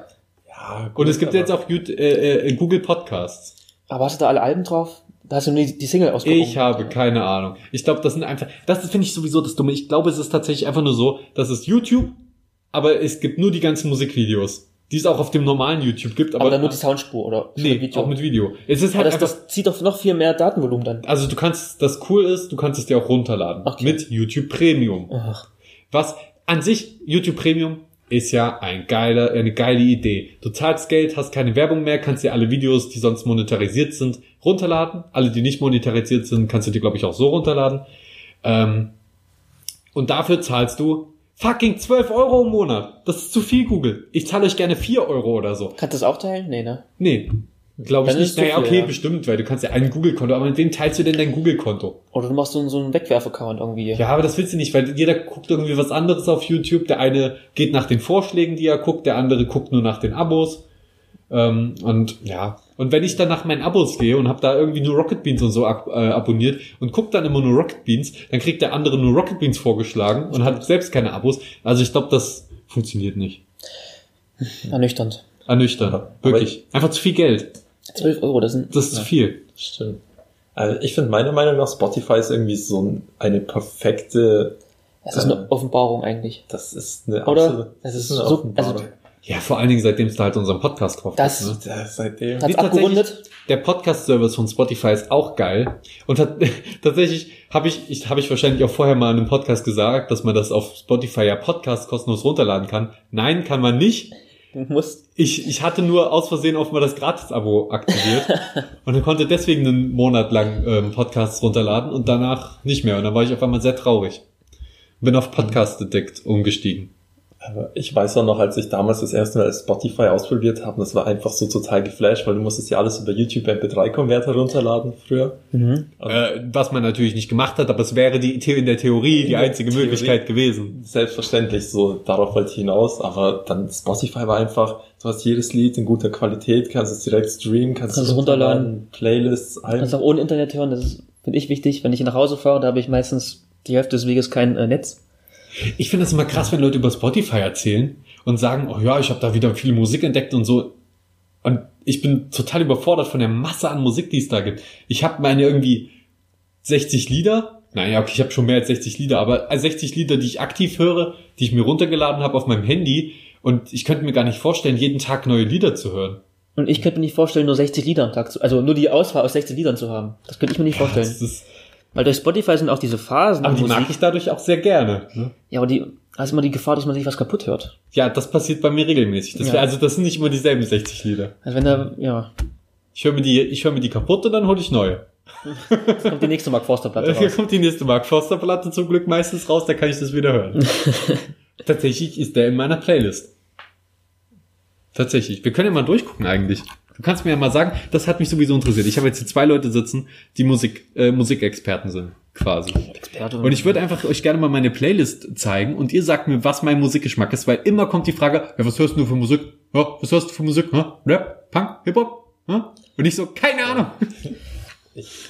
Ja, gut, Und es gibt aber- jetzt auch YouTube, äh, äh, Google Podcasts. aber hast du da alle Alben drauf? Da hast du nur die, die Single ausgeguckt. Ich habe keine Ahnung. Ich glaube, das sind einfach, das ist- finde ich sowieso das Dumme. Ich glaube, es ist tatsächlich einfach nur so, das ist YouTube, aber es gibt nur die ganzen Musikvideos, die es auch auf dem normalen YouTube gibt. Aber, aber dann nur die Soundspur oder nee, auch mit Video. Es ist aber halt das, einfach, das zieht doch noch viel mehr Datenvolumen dann. also du kannst, das cool ist, du kannst es dir auch runterladen. Okay. Mit YouTube Premium. Ach, Was an sich, YouTube Premium ist ja ein geiler, eine geile Idee. Du zahlst Geld, hast keine Werbung mehr, kannst dir alle Videos, die sonst monetarisiert sind, runterladen. Alle, die nicht monetarisiert sind, kannst du dir, glaube ich, auch so runterladen. Ähm, und dafür zahlst du fucking 12 Euro im Monat. Das ist zu viel, Google. Ich zahle euch gerne 4 Euro oder so. kannst du das auch teilen? Nee, ne? Nee, glaube ich Dann ist nicht. zu Naja, viel, okay, ja. bestimmt, weil du kannst ja ein Google-Konto, aber mit wem teilst du denn dein Google-Konto? Oder du machst so, einen- so einen Wegwerf-Account irgendwie. Ja, aber das willst du nicht, weil jeder guckt irgendwie was anderes auf YouTube. Der eine geht nach den Vorschlägen, die er guckt, der andere guckt nur nach den Abos. Ähm, und ja, und wenn ich dann nach meinen Abos gehe und habe da irgendwie nur Rocket Beans und so ab, äh, abonniert und guck dann immer nur Rocket Beans, dann kriegt der andere nur Rocket Beans vorgeschlagen und hat selbst keine Abos. Also ich glaube, das funktioniert nicht. Ernüchternd. Ernüchternd, wirklich. Einfach zu viel Geld. 12 Euro, das sind. Das ist zu viel. Stimmt. Also ich finde meiner Meinung nach Spotify ist irgendwie so ein, eine perfekte, Das Ähm. ist eine Offenbarung eigentlich. das ist eine Oder? absolute, Das ist eine so- Offenbarung. also- Ja, vor allen Dingen, seitdem es da halt unseren Podcast drauf Das- gibt, ne? Ja, seitdem. Hat's Nee, tatsächlich, abgerundet? Der Podcast-Service von Spotify ist auch geil. Und hat, tatsächlich habe ich, ich, hab ich wahrscheinlich auch vorher mal in einem Podcast gesagt, dass man das auf Spotify ja Podcast kostenlos runterladen kann. Nein, kann man nicht. Du musst. Ich, ich hatte nur aus Versehen offenbar das Gratis-Abo aktiviert und dann konnte deswegen einen Monat lang ähm, Podcasts runterladen und danach nicht mehr. Und dann war ich auf einmal sehr traurig. Bin auf Podcast Addict umgestiegen. Aber ich weiß auch noch, als ich damals das erste Mal Spotify ausprobiert habe, das war einfach so total geflasht, weil du musstest ja alles über YouTube MP3-Konverter runterladen früher. Mhm. Äh, was man natürlich nicht gemacht hat, aber es wäre die, in der Theorie die der einzige Theorie. Möglichkeit gewesen. Selbstverständlich, so darauf wollte ich hinaus, aber dann Spotify war einfach, du hast jedes Lied in guter Qualität, kannst es direkt streamen, kannst, Kannst es es runterladen. Also Playlists, Alben. Kannst auch ohne Internet hören, das finde ich wichtig. Wenn ich nach Hause fahre, da habe ich meistens die Hälfte des Weges kein äh, Netz. Ich finde das immer krass, wenn Leute über Spotify erzählen und sagen, oh ja, ich habe da wieder viel Musik entdeckt und so. Und ich bin total überfordert von der Masse an Musik, die es da gibt. Ich habe meine irgendwie 60 Lieder. Naja, okay, ich habe schon mehr als 60 Lieder, aber 60 Lieder, die ich aktiv höre, die ich mir runtergeladen habe auf meinem Handy. Und ich könnte mir gar nicht vorstellen, jeden Tag neue Lieder zu hören. Und ich könnte mir nicht vorstellen, nur 60 Lieder am Tag zu, also nur die Auswahl aus 60 Liedern zu haben. Das könnte ich mir nicht vorstellen. Das ist, Weil durch Spotify sind auch diese Phasen. aber der die Musik. mag ich dadurch auch sehr gerne. Ne? Ja, aber die, da ist immer die Gefahr, dass man sich was kaputt hört. Ja, das passiert bei mir regelmäßig. Das, Ja. wär- Also das sind nicht immer dieselben 60 Lieder. Also wenn da, ja, Ich höre mir die, ich höre mir die kaputt und dann hole ich neue. kommt die nächste Mark Forster Platte Hier raus. kommt die nächste Mark Forster Platte zum Glück meistens raus, da kann ich das wieder hören. Tatsächlich ist der in meiner Playlist. Tatsächlich. Wir können ja mal durchgucken eigentlich. Du kannst mir ja mal sagen, das hat mich sowieso interessiert. Ich habe jetzt hier zwei Leute sitzen, die Musik, äh, Musikexperten sind, quasi. Experte. Und ich würde einfach euch gerne mal meine Playlist zeigen und ihr sagt mir, was mein Musikgeschmack ist, weil immer kommt die Frage, ja, was hörst du für Musik? Ja, was hörst du für Musik? Ja, Rap, Punk, Hip-Hop? Ja? Und ich so, keine Ahnung.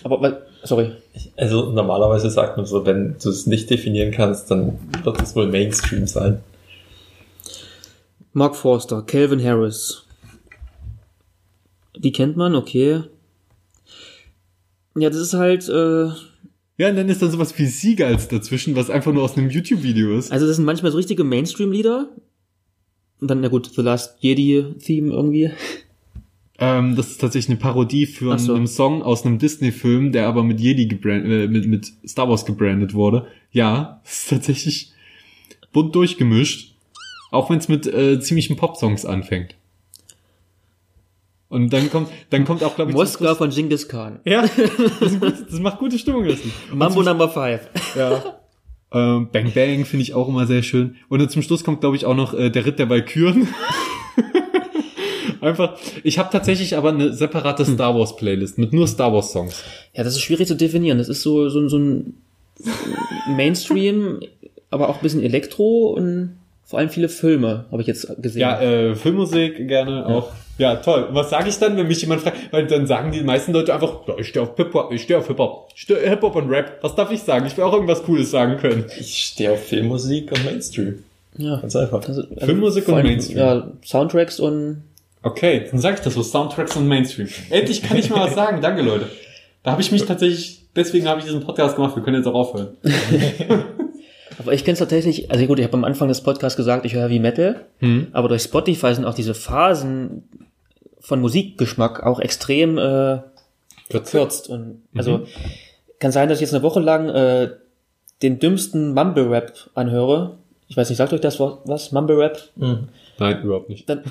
aber, weil- sorry. Also normalerweise sagt man so, wenn du es nicht definieren kannst, dann wird es wohl Mainstream sein. Mark Forster, Calvin Harris. Die kennt man, okay. Ja, das ist halt, äh, Ja, und dann ist dann sowas wie Siegals dazwischen, was einfach nur aus einem YouTube-Video ist. also das sind manchmal so richtige Mainstream-Lieder. Und dann, na gut, The Last Jedi-Theme irgendwie. Ähm, das ist tatsächlich eine Parodie für Ach so. einen Song aus einem Disney-Film, der aber mit Jedi gebrandet, äh, mit, mit Star Wars gebrandet wurde. Ja, es ist tatsächlich bunt durchgemischt. Auch wenn es mit äh, ziemlichen Pop-Songs anfängt. Und dann kommt, dann kommt auch, glaube ich, zum Moskau Schluss- von Genghis Khan. Ja, das, ist gut, das macht gute Stimmung. Das Lied. Und Mambo zum Number Five. Ja. Ähm, Bang Bang finde ich auch immer sehr schön. Und dann zum Schluss kommt, glaube ich, auch noch äh, der Ritt der Walküren. Einfach. Ich habe tatsächlich aber eine separate Star Wars Playlist mit nur Star Wars Songs. Ja, das ist schwierig zu definieren. Das ist so, so, ein- so ein Mainstream, aber auch ein bisschen Elektro und Vor allem viele Filme habe ich jetzt gesehen. Ja, äh, Filmmusik gerne auch. Ja, toll. Und was sage ich dann, wenn mich jemand fragt? Weil dann sagen die meisten Leute einfach, ja, ich stehe auf Hip-Hop, ich stehe auf Hip-Hop. Ich stehe Hip-Hop und Rap. Was darf ich sagen? Ich will auch irgendwas Cooles sagen können. Ich stehe auf Filmmusik und Mainstream. ja. Ganz einfach. Also, also Filmmusik vor und allem, Mainstream. Ja, Soundtracks und Okay, dann sage ich das so. Soundtracks und Mainstream. Endlich kann ich mal was sagen. Danke, Leute. Da habe ich mich tatsächlich, deswegen habe ich diesen Podcast gemacht. Wir können jetzt auch aufhören. Aber ich kenne es tatsächlich, also gut, ich habe am Anfang des Podcasts gesagt, ich höre Heavy Metal, aber durch Spotify sind auch diese Phasen von Musikgeschmack auch extrem äh, verkürzt. Und also kann sein, dass ich jetzt eine Woche lang äh, den dümmsten Mumble Rap anhöre. Ich weiß nicht, sagt euch das wa- was? Mumble Rap? Nein, überhaupt nicht. Dann,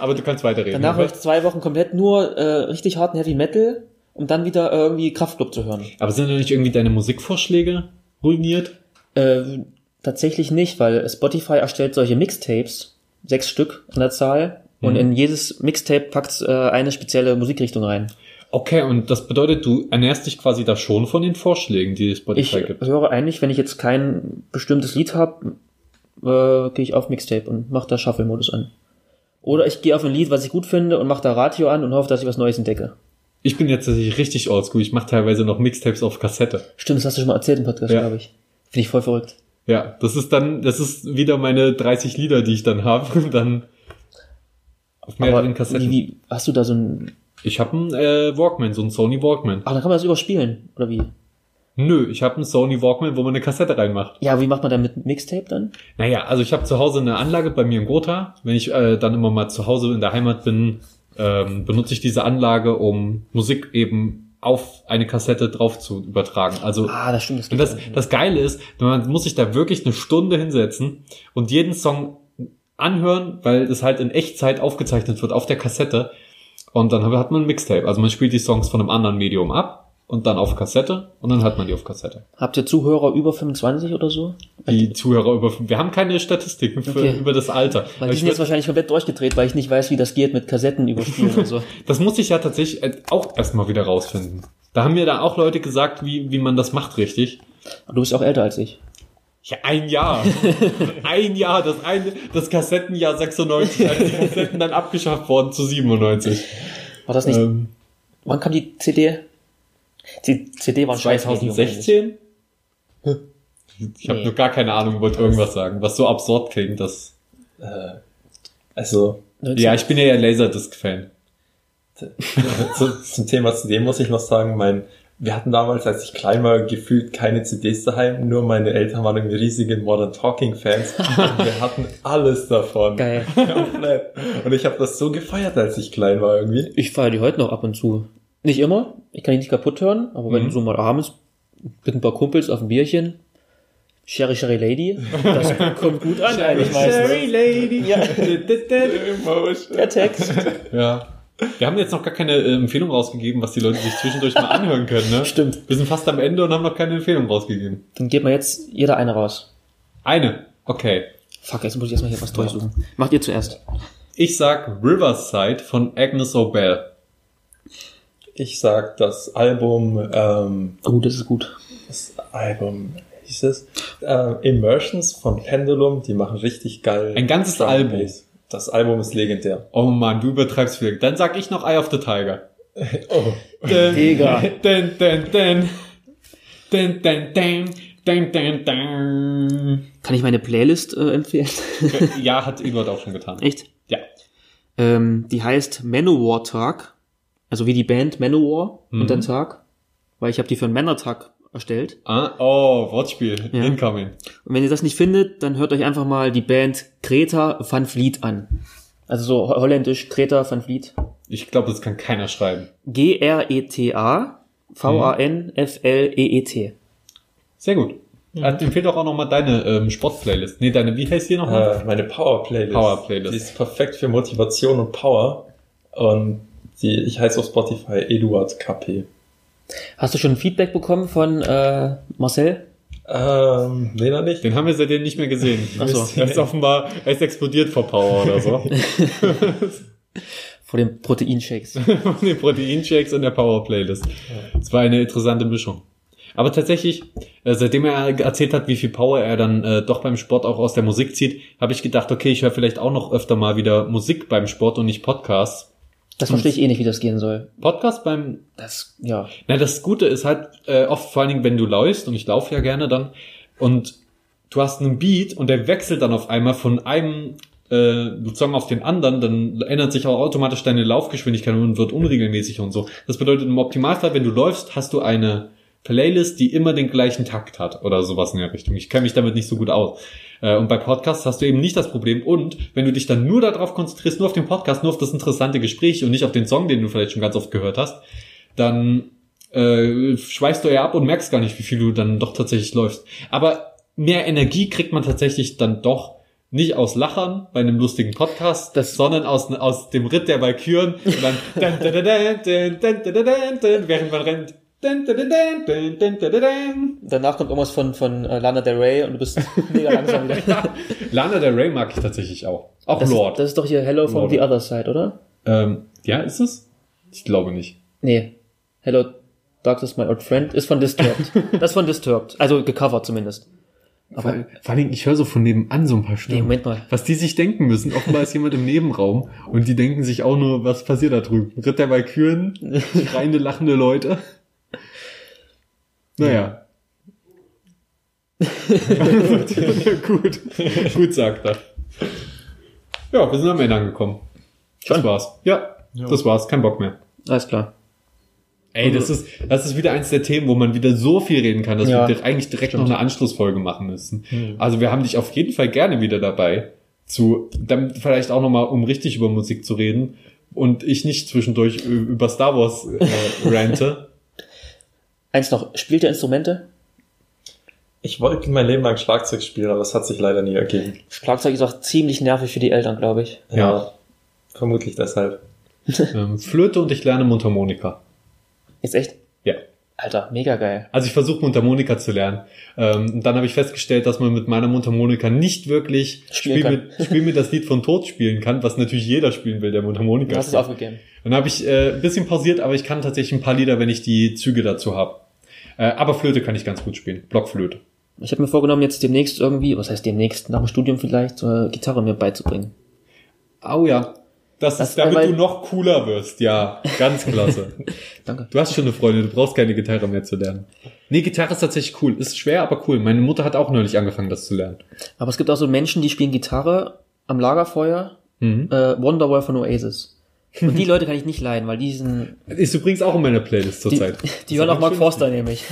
Aber du kannst weiterreden. danach höre ich zwei Wochen komplett nur äh, richtig harten Heavy Metal, um dann wieder irgendwie Kraftclub zu hören. Aber sind denn nicht irgendwie deine Musikvorschläge ruiniert? Äh, tatsächlich nicht, weil Spotify erstellt solche Mixtapes, sechs Stück an der Zahl, Mhm. und in jedes Mixtape packt's äh, eine spezielle Musikrichtung rein. Okay, und das bedeutet, du ernährst dich quasi da schon von den Vorschlägen, die es Ich Spotify gibt. höre eigentlich, wenn ich jetzt kein bestimmtes Lied habe, äh, gehe ich auf Mixtape und mache da Shuffle-Modus an. Oder ich gehe auf ein Lied, was ich gut finde, und mache da Radio an und hoffe, dass ich was Neues entdecke. Ich bin jetzt tatsächlich richtig oldschool. Ich mache teilweise noch Mixtapes auf Kassette. Stimmt, das hast du schon mal erzählt im Podcast, Ja. glaub glaube ich. Finde ich voll verrückt. Ja, das ist dann, das ist wieder meine 30 Lieder, die ich dann habe. Und dann auf mehreren Kassetten. Wie, wie, hast du da so ein... Ich habe einen äh, Walkman, so einen Sony Walkman. Ach, dann kann man das überspielen, oder wie? Nö, ich habe einen Sony Walkman, wo man eine Kassette reinmacht. Ja, wie macht man da mit Mixtape dann? Naja, also ich habe zu Hause eine Anlage bei mir in Gotha. Wenn ich äh, dann immer mal zu Hause in der Heimat bin, ähm, benutze ich diese Anlage, um Musik eben auf eine Kassette drauf zu übertragen. Also Ah, das stimmt. Das und geht das, ja. das Geile ist, man muss sich da wirklich eine Stunde hinsetzen und jeden Song anhören, weil es halt in Echtzeit aufgezeichnet wird auf der Kassette. Und dann hat man ein Mixtape. Also man spielt die Songs von einem anderen Medium ab und dann auf Kassette und dann hat man die auf Kassette. Habt ihr Zuhörer über 25 oder so? die Zuhörer über. Wir haben keine Statistiken für, Okay. über das Alter. Weil Aber die ich sind jetzt würd- wahrscheinlich komplett durchgedreht, weil ich nicht weiß, wie das geht mit Kassetten überspielen und so. das muss ich ja tatsächlich äh, auch erstmal wieder rausfinden. Da haben mir da auch Leute gesagt, wie, wie man das macht richtig. Aber Du bist auch älter als ich. Ja, ein Jahr. ein Jahr, das eine, das Kassettenjahr 96, als die Kassetten dann abgeschafft worden zu 97. War das nicht. Ähm, wann kam die CD? Die CD war ein scheiß Medium, eigentlich. 2016? Ich habe Nee. nur gar keine Ahnung, wollte irgendwas sagen, was so absurd klingt, dass. Äh, also, 19 Ja, ich bin ja eher Laserdisc-Fan. zu, zum Thema CD muss ich noch sagen, mein, wir hatten damals, als ich klein war, gefühlt keine CDs daheim, nur meine Eltern waren irgendwie riesige Modern Talking Fans. und wir hatten alles davon. Geil. Komplett. Und ich habe das so gefeiert, als ich klein war irgendwie. Ich feiere die heute noch ab und zu. Nicht immer. Ich kann die nicht kaputt hören, aber wenn so mal abends mit ein paar Kumpels auf ein Bierchen. Sherry Sherry Lady. Das kommt gut an, eigentlich meistens. Lady. Ja. Der Text. Ja. Wir haben jetzt noch gar keine äh, Empfehlung rausgegeben, was die Leute sich zwischendurch mal anhören können, ne? Stimmt. Wir sind fast am Ende und haben noch keine Empfehlung rausgegeben. Dann geht mal jetzt jeder eine raus. Eine. Okay. Fuck, jetzt muss ich erstmal hier was durchsuchen. Macht ihr zuerst. Ich sag Riverside von Agnes O'Bell. Ich sag, das Album, ähm, Oh, das ist gut. das Album hieß es, äh, Immersions von Pendulum, die machen richtig geil. Ein ganzes Drum Album. Bass. Das Album ist legendär. Oh Mann, du übertreibst viel. Dann sag ich noch Eye of the Tiger. Oh. Digga. Dun, dun, dun. Dun, dun, dun. Dun, dun, dun. Kann ich meine Playlist äh, empfehlen? Ja, hat Eduard auch schon getan. Echt? Ja. Ähm, die heißt Manowar Tag. Also wie die Band Manowar und dann Tag. Weil ich habe die für einen Männertag erstellt. Ah, oh, Wortspiel. Ja. Incoming. Und wenn ihr das nicht findet, dann hört euch einfach mal die Band Kreta van Vliet an. Also so ho- holländisch Kreta van Vliet. E Ich glaube, das kann keiner schreiben. G-R-E-T-A V-A-N-F-L-E-E-T. Sehr gut. Mhm. Dann empfehl doch auch nochmal deine ähm, Sport-Playlist. Nee, deine, wie heißt die nochmal? Äh, meine Power Playlist. Power Playlist. Die ist perfekt für Motivation und Power. Und die, ich heiße auf Spotify Eduard KP. Hast du schon Feedback bekommen von äh, Marcel? Ähm, nee, noch nicht. Den haben wir seitdem nicht mehr gesehen. Ach so. Er ist offenbar, er ist explodiert vor Power oder so. Vor den Proteinshakes. Von den Proteinshakes und der Power-Playlist. Es war eine interessante Mischung. Aber tatsächlich, äh, seitdem er erzählt hat, wie viel Power er dann äh, doch beim Sport auch aus der Musik zieht, habe ich gedacht, okay, ich höre vielleicht auch noch öfter mal wieder Musik beim Sport und nicht Podcasts. Das verstehe ich eh nicht, wie das gehen soll. Podcast beim Das, ja. na, das Gute ist halt äh, oft vor allen Dingen, wenn du läufst, und ich laufe ja gerne dann, und du hast einen Beat und der wechselt dann auf einmal von einem äh, Song auf den anderen, dann ändert sich auch automatisch deine Laufgeschwindigkeit und wird unregelmäßig und so. Das bedeutet, im Optimalfall, wenn du läufst, hast du eine Playlist, die immer den gleichen Takt hat oder sowas in der Richtung. Ich kenne mich damit nicht so gut aus. Äh, Und bei Podcasts hast du eben nicht das Problem. Und wenn du dich dann nur darauf konzentrierst, nur auf den Podcast, nur auf das interessante Gespräch und nicht auf den Song, den du vielleicht schon ganz oft gehört hast, dann äh, schweifst du eher ab und merkst gar nicht, wie viel du dann doch tatsächlich läufst. Aber mehr Energie kriegt man tatsächlich dann doch nicht aus Lachern bei einem lustigen Podcast, Das- sondern aus, aus dem Ritt der Walküren und dann dun, dun, dun, dun, dun, dun, dun, dun, dun, während man rennt. Dun, dun, dun, dun, dun, dun, dun, dun. Danach kommt irgendwas von, von äh, Lana Del Rey und du bist mega langsam wieder. Lana Del Rey mag ich tatsächlich auch. Auch Das, Lord. das ist doch hier Hello from Lord. the Other Side, oder? ähm, ja, ist es? Ich glaube nicht. Nee. Hello, Darkness, my old friend. Ist von Disturbed. das ist von Disturbed. Also gecovert zumindest. Vor, vor allen Dingen, ich höre so von nebenan so ein paar Stimmen. Nee, Moment mal. Was die sich denken müssen. Offenbar ist jemand im Nebenraum und die denken sich auch nur, was passiert da drüben? Ritt der Walküren, schreiende, lachende Leute. Naja. Gut. Gut sagt er. Ja, wir sind am Ende angekommen. Das war's. Ja, das war's. Kein Bock mehr. Alles klar. Ey, das ist, das ist wieder eins der Themen, wo man wieder so viel reden kann, dass Also Ja, Hm. wir dir eigentlich direkt noch eine Anschlussfolge machen müssen. Also wir haben dich auf jeden Fall gerne wieder dabei, zu, dann vielleicht auch nochmal, um richtig über Musik zu reden und ich nicht zwischendurch ü- über Star Wars äh, rante. Eins noch. Spielt ihr Instrumente? Ich wollte mein Leben lang Schlagzeug spielen, aber es hat sich leider nie ergeben. Schlagzeug ist auch ziemlich nervig für die Eltern, glaube ich. Ja. Vermutlich deshalb. ähm, Flöte und ich lerne Mundharmonika. Jetzt echt? Ja. Alter, mega geil. Also ich versuche Mundharmonika zu lernen. Ähm, und dann habe ich festgestellt, dass man mit meiner Mundharmonika nicht wirklich Spielen Spiel, kann. mit, Spiel mit das Lied von Tod spielen kann, was natürlich jeder spielen will, der Mundharmonika Du hast es spielt. aufgegeben. Dann habe ich äh, ein bisschen pausiert, aber ich kann tatsächlich ein paar Lieder, wenn ich die Züge dazu habe. Äh, aber Flöte kann ich ganz gut spielen. Blockflöte. Ich habe mir vorgenommen, jetzt demnächst irgendwie, was heißt demnächst, nach dem Studium vielleicht, so eine Gitarre mir beizubringen. Au ja. Das, Das ist, damit einmal- du noch cooler wirst. Ja, ganz klasse. Danke. Du hast schon eine Freundin, du brauchst keine Gitarre mehr zu lernen. Nee, Gitarre ist tatsächlich cool. Ist schwer, aber cool. Meine Mutter hat auch neulich angefangen, das zu lernen. Aber es gibt auch so Menschen, die spielen Gitarre am Lagerfeuer, Mhm. äh, Wonderwall von Oasis. Und die Leute kann ich nicht leiden, weil die sind, Ist übrigens auch in meiner Playlist die, zurzeit. die hören auch Mark Forster nämlich.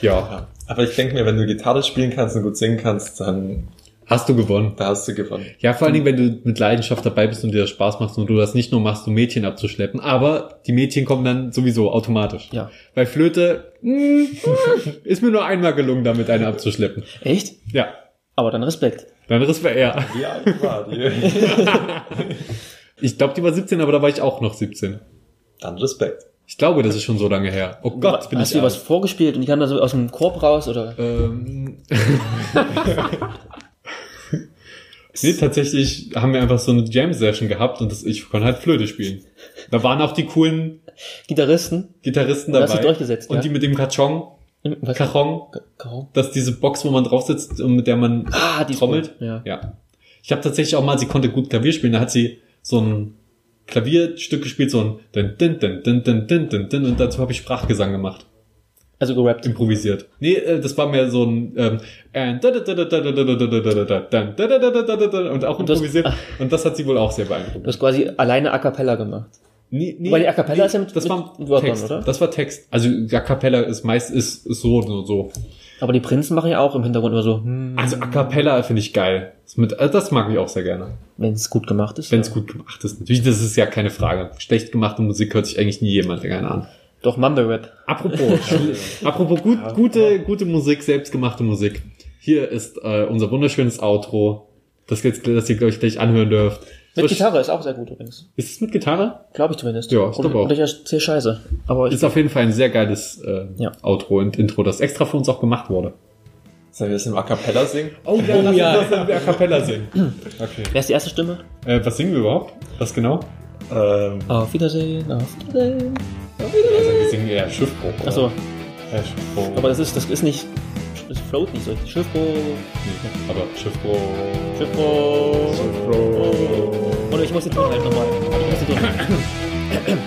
Ja. Aber ich denke mir, wenn du Gitarre spielen kannst und gut singen kannst, dann Hast du gewonnen. da hast du gewonnen. Ja, vor allen Dingen, wenn du mit Leidenschaft dabei bist und dir das Spaß macht und du das nicht nur machst, um Mädchen abzuschleppen, aber die Mädchen kommen dann sowieso automatisch. Ja. Bei Flöte mm, ist mir nur einmal gelungen, damit eine abzuschleppen. Echt? Ja, Aber dann Respekt. dann riss wir eher. Wie alt war die? Ich glaube, die war 17, aber da war ich auch noch 17. dann Respekt. Ich glaube, das ist schon so lange her. Oh Gott, bin Hast ich du dir was alt. vorgespielt und die kamen da so aus dem Korb raus oder? Ähm. nee, tatsächlich haben wir einfach so eine Jam-Session gehabt und das, ich konnte halt Flöte spielen. Da waren auch die coolen Gitarristen? Gitarristen Und dabei. hast du durchgesetzt, Und ja? die mit dem Kachong, Was? Kachong, Ka- das ist diese Box, wo man drauf sitzt und mit der man Ah, die trommelt. Ja. Ja. Ich habe tatsächlich auch mal, sie konnte gut Klavier spielen, da hat sie so ein Klavierstück gespielt, so ein dun, dun, dun, dun, dun, dun, dun, dun, und dazu habe ich Sprachgesang gemacht, Also gerappt. improvisiert. Nee, äh, das war mehr so ein ähm, and da, da, da, da, da, da, da, da, da, da, da, da, da, da, da, da, da, da, da, und auch Und das- improvisiert und das hat sie wohl auch sehr Du beeindruckt. hast quasi alleine A Cappella gemacht. Nee, nee, Weil die A Cappella ist ja mit- das mit war Wörtern, Text, oder? Das war Text. Also A Cappella ist meist ist, ist so so so. Aber die Prinzen machen ja auch im Hintergrund immer so, hm, Also A Cappella finde ich geil. Das, mit, äh, das mag ich auch sehr gerne. wenn es gut gemacht ist. Wenn es gut gemacht ist, natürlich, das ist ja keine Frage. Schlecht gemachte Musik hört sich eigentlich nie jemand gerne an. Doch Mumble Rap. Apropos, apropos gut, gute, gute Musik, selbstgemachte Musik. Hier ist äh, unser wunderschönes Outro, das, jetzt, das ihr euch gleich anhören dürft. Mit So, Gitarre ist auch sehr gut übrigens. Ist es mit Gitarre? Glaube ich zumindest. Ja, ich Und- glaub auch. Und ich erzähl Scheiße. Aber ich, Ist auf jeden Fall ein sehr geiles äh, Ja. Outro und Intro, das extra für uns auch gemacht wurde. Sollen wir das im A Cappella singen? Oh ja, lass uns das A Cappella singen. Okay. wer ist die erste Stimme? Äh, was singen wir überhaupt? Was genau? Ähm, Auf Wiedersehen, auf Wiedersehen. Also, wir singen eher Schiffbruch. oder? Achso, Cashflow. Aber das ist, das ist nicht, das float nicht so. richtig. Schiffbro, Nee, aber Schiffbro. Schiffbro. Schiffbro. Oder ich muss den Ton halt nochmal. Ich muss den Ton halten.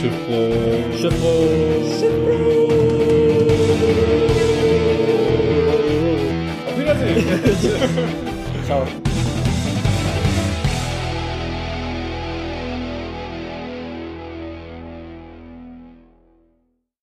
Schiffbro. Schiffbro. Auf Wiedersehen. Ciao.